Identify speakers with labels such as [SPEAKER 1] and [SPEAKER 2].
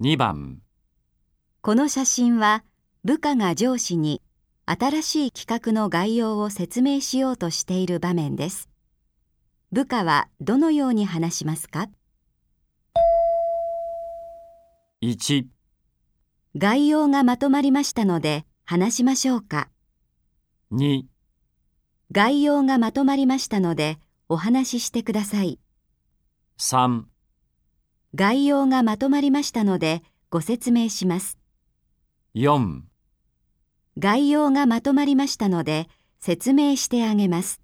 [SPEAKER 1] 2番、
[SPEAKER 2] この写真は部下が上司に新しい企画の概要を説明しようとしている場面です。部下はどのように話しますか
[SPEAKER 1] 1、
[SPEAKER 2] 概要がまとまりましたので話しましょうか
[SPEAKER 1] 2、
[SPEAKER 2] 概要がまとまりましたのでお話ししてください。
[SPEAKER 1] 3、
[SPEAKER 2] 概要がまとまりましたのでご説明します。
[SPEAKER 1] 4。
[SPEAKER 2] 概要がまとまりましたので説明してあげます。